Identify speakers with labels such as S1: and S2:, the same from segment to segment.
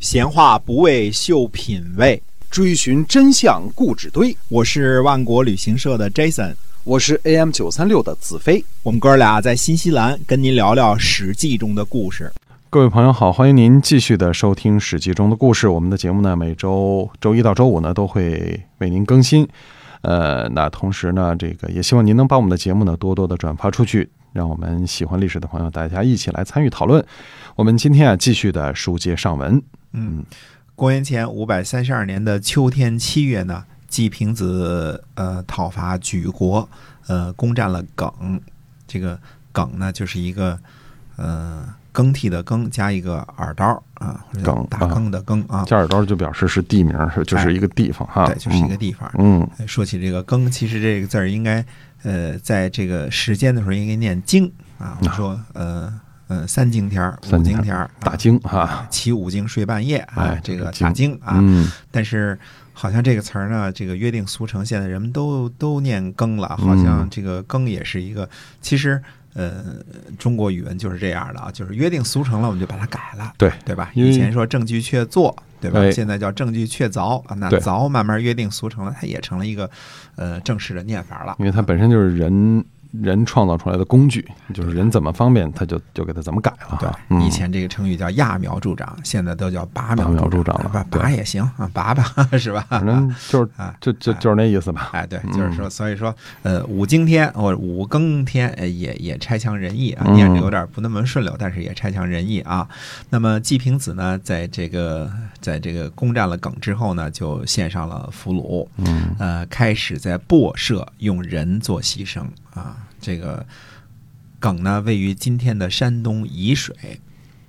S1: 闲话不为秀品味，
S2: 追寻真相故纸堆。
S1: 我是万国旅行社的 Jason，
S2: 我是 AM 九三六的子飞。
S1: 我们哥俩在新西兰跟您聊聊《史记》中的故事。
S3: 各位朋友好，欢迎您继续的收听《史记》中的故事。我们的节目呢，每周周一到周五呢都会为您更新。呃，那同时呢，这个也希望您能把我们的节目呢多多的转发出去，让我们喜欢历史的朋友大家一起来参与讨论。我们今天啊继续的书接上文，
S1: 嗯，公元前五百三十二年的秋天七月呢，季平子呃讨伐莒国，呃攻占了耿。这个耿呢，就是一个呃更替的更加一个耳刀啊，或者叫
S3: 耿
S1: 大
S3: 啊
S1: 更的更啊，
S3: 加尔刀就表示是地名，是就是一个地方哈，
S1: 对，就是
S2: 啊
S1: 一个地方。
S3: 嗯，嗯，
S1: 呃说起这个“更”，其实这个字儿应该，呃，在这个时间的时候应该念“经”啊。我们说，呃，呃，三更天儿、五
S3: 三
S1: 更
S3: 更
S1: 天儿、
S3: 大
S1: 啊、
S3: 经哈，
S1: 起五更睡半夜啊
S3: 哎，
S1: 这
S3: 这
S1: 个
S3: 个
S1: 大经啊。
S3: 嗯，
S1: 但是好像这个词儿呢，这个约定俗成，现在人们都都念“更”了，好像
S3: 嗯
S1: 这个“更”也是一个，其实。呃，中国语文就是这样的啊，就是约定俗成了，我们就把它改了，
S3: 对，
S1: 对吧？
S3: 因为
S1: 以前说证据确凿，对吧？
S3: 哎
S1: 现在叫证据确凿啊，那
S3: 对
S1: 凿慢慢约定俗成了，它也成了一个呃正式的念法了。
S3: 因为它本身就是人人创造出来的工具，就是人怎么方便，他就就给他怎么改了
S1: 对
S3: 哈。，嗯
S1: 以前这个成语叫揠苗助长，现在都叫拔
S3: 拔苗
S1: 助
S3: 助长了
S1: 拔拔
S3: 对嗯
S1: 也行啊，拔拔是吧？
S3: 反正就是
S1: 啊
S3: 就就就是那意思吧。
S1: 哎，对，就是说，所以说，呃，五更天或者五更天，呃也也差强人意啊，
S3: 嗯
S1: 念着有点不那么顺溜，但是也差强人意啊。那么季平子呢，在这个在这个攻占了耿之后呢，就献上了俘虏，
S3: 嗯，
S1: 呃，开始在博社用人做牺牲啊。这个耿呢，位于今天的山东沂水，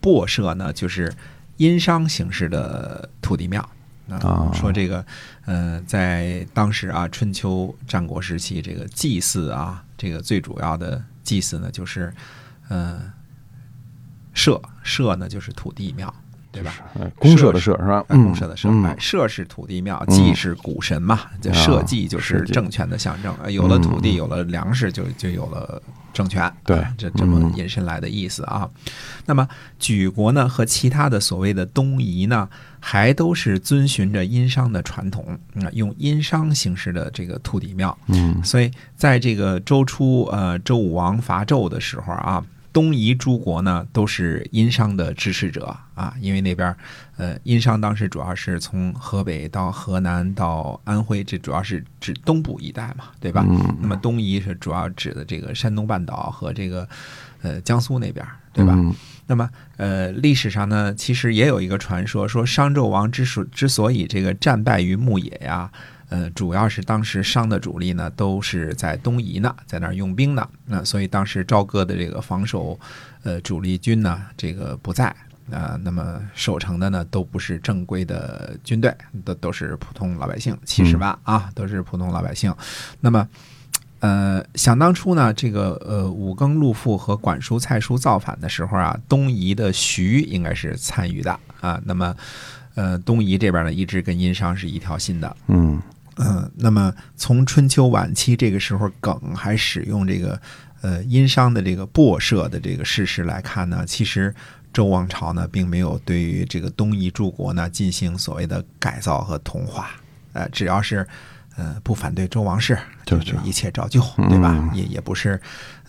S1: 博社呢就是殷商形式的土地庙。啊
S3: 啊，
S1: 说这个，呃，在当时啊，春秋战国时期，这个祭祀啊，这个最主要的祭祀呢，就是，呃，社社呢就是土地庙，对吧？
S3: 哎公社的
S1: 社
S3: 社是吧？
S1: 哎公社的社，
S3: 嗯
S1: 哎，社是土地庙，稷是谷神嘛，这社稷就
S3: 啊
S1: 是
S3: 社稷
S1: 政权的象征。哎有了土地，有了粮食，就就有了政权。
S3: 对
S1: 啊这这么
S3: 嗯
S1: 引申来的意思啊。那么莒国呢和其他的所谓的东夷呢，还都是遵循着殷商的传统，嗯用殷商形式的这个土地庙。
S3: 嗯
S1: 所以在这个周初，呃，周武王伐纣的时候啊，东夷诸国呢都是殷商的支持者啊，因为那边儿，呃，殷商当时主要是从河北到河南到安徽，这主要是指东部一带嘛，对吧？那么东夷是主要指的这个山东半岛和这个，呃，江苏那边儿，对吧？
S3: 嗯
S1: 那么，呃，历史上呢，其实也有一个传说，说商纣王之所之所以这个战败于牧野呀、呃，主要是当时商的主力呢都是在东夷呢，在那儿用兵呢，那所以当时朝歌的这个防守，呃，主力军呢这个不在。啊、那么守城的呢，都不是正规的军队，都都是普通老百姓，七十万啊，都是普通老百姓。那么，呃，想当初呢，这个呃武庚、陆父和管叔、蔡叔造反的时候啊，东夷的徐应该是参与的啊。那么，呃，东夷这边呢，一直跟殷商是一条心的。
S3: 嗯
S1: 嗯，那么从春秋晚期这个时候，耿还使用这个呃殷商的这个播社的这个事实来看呢，其实周王朝呢并没有对于这个东夷诸国呢进行所谓的改造和同化，呃，只要是呃不反对周王室，
S3: 就
S1: 就是
S3: 这样
S1: 一切照旧，对吧？
S3: 嗯
S1: 也也不是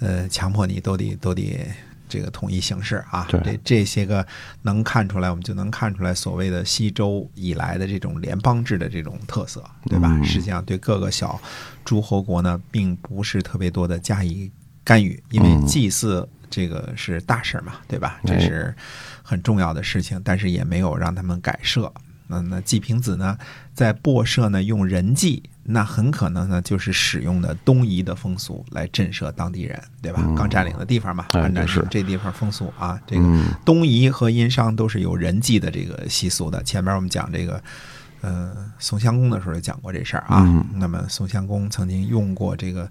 S1: 呃强迫你都得都得。这个统一形式啊，
S3: 对
S1: 这这些个能看出来，我们就能看出来所谓的西周以来的这种联邦制的这种特色，对吧？
S3: 嗯
S1: 实际上对各个小诸侯国呢，并不是特别多的加以干预，因为
S3: 嗯
S1: 祭祀这个是大事儿嘛，对吧？这
S3: 哎
S1: 是很重要的事情，但是也没有让他们改社。那那季平子呢，在播社呢用人祭，那很可能呢就是使用的东夷的风俗来震慑当地人，对吧？
S3: 嗯
S1: 刚占领的地方嘛，
S3: 哎
S1: 按照
S3: 就是
S1: 这地方风俗啊，这个
S3: 嗯
S1: 东夷和殷商都是有人祭的这个习俗的。前面我们讲这个，呃，宋襄公的时候就讲过这事儿啊。
S3: 嗯
S1: 那么宋襄公曾经用过这个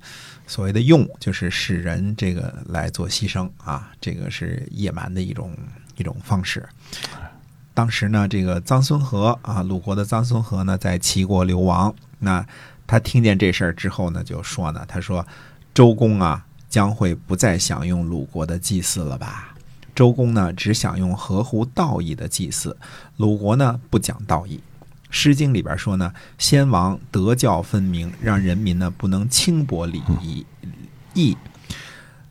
S1: 所谓的“用”，就是使人这个来做牺牲啊，这个是野蛮的一种一种方式。当时呢，这个臧孙和啊，鲁国的臧孙和呢，在齐国流亡。那他听见这事儿之后呢，就说呢，他说：“周公啊，将会不再享用鲁国的祭祀了吧？”周公呢只享用合乎道义的祭祀，鲁国呢不讲道义。《诗经》里边说呢，先王德教分明，让人民呢不能轻薄礼仪义。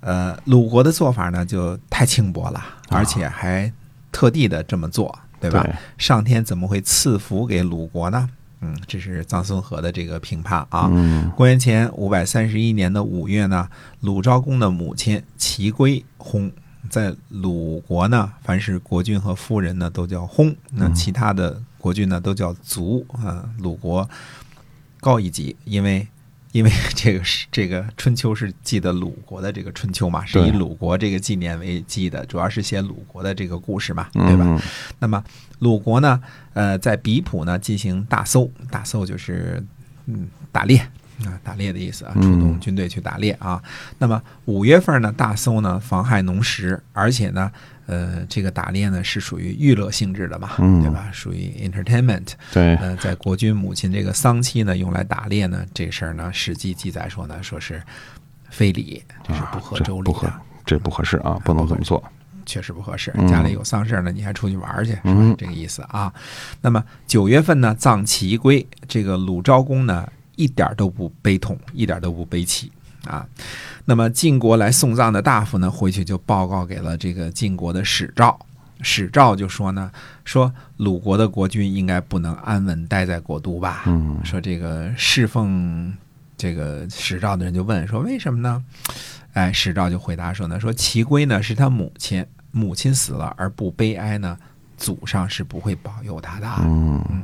S1: 呃，鲁国的做法呢就太轻薄了，而且还特地的这么做，对吧？
S3: 对
S1: 上天怎么会赐福给鲁国呢？嗯，这是臧孙和的这个评判啊。
S3: 嗯，
S1: 公元前五百三十一年的五月呢，鲁昭公的母亲齐归薨。在鲁国呢，凡是国君和夫人呢都叫薨，
S3: 嗯
S1: 那其他的国君呢都叫族啊。鲁国高一级，因为因为 这个是这个春秋是记得鲁国的这个春秋嘛，是以
S3: 对
S1: 鲁国这个纪年为记的，主要是写鲁国的这个故事嘛，
S3: 嗯
S1: 对吧？？那么鲁国呢，呃，在比普呢进行大搜，大搜就是嗯打猎啊，打猎的意思啊，
S3: 嗯
S1: 出动军队去打猎啊。那么五月份呢，大搜呢妨害农时，而且呢，呃，这个打猎呢是属于娱乐性质的嘛，
S3: 嗯
S1: 对吧？属于 entertainment。
S3: 对，
S1: 呃，在国君母亲这个丧期呢，用来打猎呢，这事儿呢，《史记》记载说呢，说是非礼，这是不合
S3: 啊这
S1: 周礼啊
S3: 不
S1: 的，
S3: 合，这不合适
S1: 哎
S3: 啊，不能这么做。
S1: 确实不合适
S3: 嗯。
S1: 家里有丧事儿呢，你还出去玩儿去，是吧？
S3: 嗯
S1: 这个意思啊。那么九月份呢，葬齐归，这个鲁昭公呢，一点儿都不悲痛，一点儿都不悲戚啊。那么晋国来送葬的大夫呢，回去就报告给了这个晋国的使赵。使赵就说呢，说鲁国的国君应该不能安稳待在国都吧？
S3: 嗯
S1: 说这个侍奉这个史照的人就问说为什么呢？哎，史照就回答说呢，说齐归呢是他母亲，母亲死了而不悲哀呢，祖上是不会保佑他的。啊
S3: 嗯，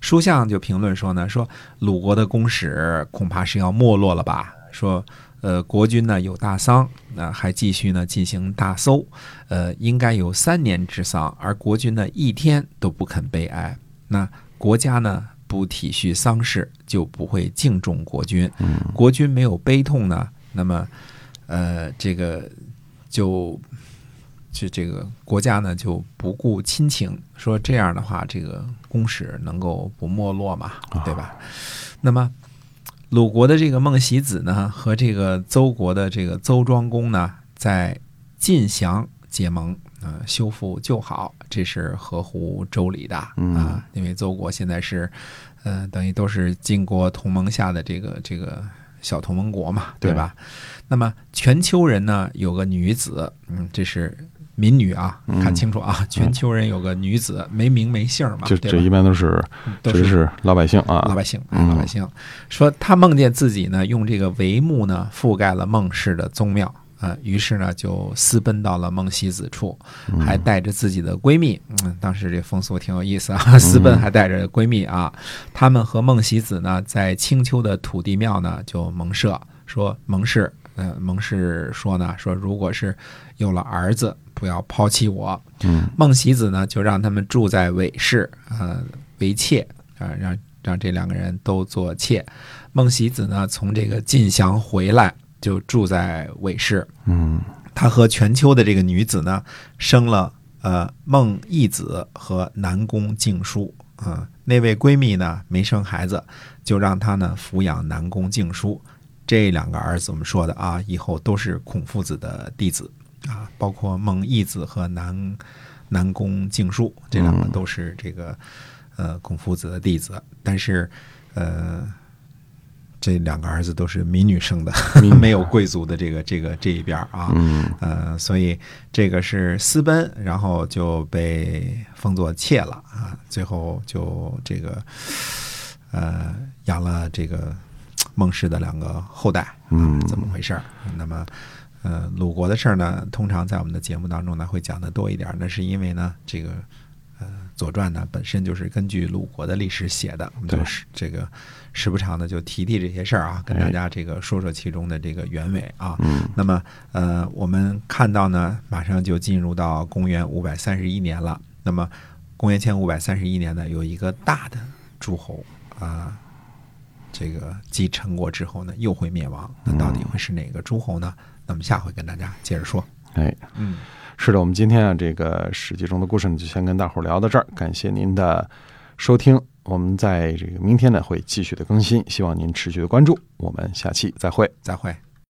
S1: 书相就评论说呢，说鲁国的公使恐怕是要没落了吧？说。呃，国君呢有大丧，那、还继续呢进行大搜，呃，应该有三年之丧，而国君呢一天都不肯悲哀，那国家呢不体恤丧事，就不会敬重国君，
S3: 嗯
S1: 国君没有悲痛呢，那么，呃，这个就这这个国家呢就不顾亲情，说这样的话，这个公使能够不没落嘛，对吧？那么。鲁国的这个孟喜子呢，和这个邹国的这个邹庄公呢，在晋祥结盟啊、呃修复旧好，这是合乎周礼的啊、
S3: 嗯
S1: 因为邹国现在是，呃，等于都是晋国同盟下的这个这个小同盟国嘛，对
S3: 对
S1: 吧？那么全丘人呢有个女子，嗯，这是民女啊，
S3: 嗯
S1: 看清楚啊，全丘人有个女子，没名没姓嘛，
S3: 这
S1: 啊对
S3: 这一
S1: 吧？嗯
S3: 般都是
S1: 都
S3: 只是老百姓
S1: 老
S3: 啊，
S1: 百姓，
S3: 嗯
S1: 老百姓说他梦见自己呢用这个帷幕呢覆盖了孟氏的宗庙。啊，于是呢，就私奔到了孟喜子处，
S3: 嗯
S1: 还带着自己的闺蜜。嗯，当时这风俗挺有意思
S3: 嗯
S1: 啊， 私奔还带着闺蜜啊。他们和孟喜子呢，在青丘的土地庙呢，就蒙赦说蒙氏，呃，蒙氏说呢，说如果是有了儿子，不要抛弃我。
S3: 嗯，
S1: 孟喜子呢，就让他们住在韦氏，呃，为妾啊、让让这两个人都做妾。孟喜子呢，从这个晋祥回来，就住在韦氏。
S3: 嗯
S1: 他和全丘的这个女子呢，生了呃孟义子和南宫静姝啊、那位闺蜜呢没生孩子，就让她呢抚养南宫静姝这两个儿子。我们说的啊，以后都是孔夫子的弟子啊，包括孟义子和南南宫静姝这两个都是这个呃孔夫子的弟子，但是呃。这两个儿子都是民女生的，没有贵族的这个这个这一边儿啊。
S3: 嗯
S1: 呃，所以这个是私奔，然后就被封作妾了啊，最后就这个呃养了这个孟氏的两个后代啊
S3: 嗯，
S1: 怎么回事儿？那么。呃，鲁国的事儿呢，通常在我们的节目当中呢会讲的多一点儿，那是因为呢，这个呃《左传呢》本身就是根据鲁国的历史写的，我们
S3: 对
S1: 就是这个时不常的就提提这些事儿啊，跟大
S3: 哎
S1: 家这个说说其中的这个原委啊。
S3: 嗯
S1: 那么，呃，我们看到呢，马上就进入到公元五百三十一年了。那么，公元前五百三十一年呢，有一个大的诸侯啊、这个继陈国之后呢，又会灭亡。那到底会是哪个诸侯呢？那么下回跟大家接着说。
S3: 哎。
S1: 嗯，
S3: 是的，我们今天啊，这个《史记》中的故事呢，就先跟大伙儿聊到这儿。感谢您的收听，我们在这个明天呢会继续的更新，希望您持续的关注。我们下期再会。
S1: 再会。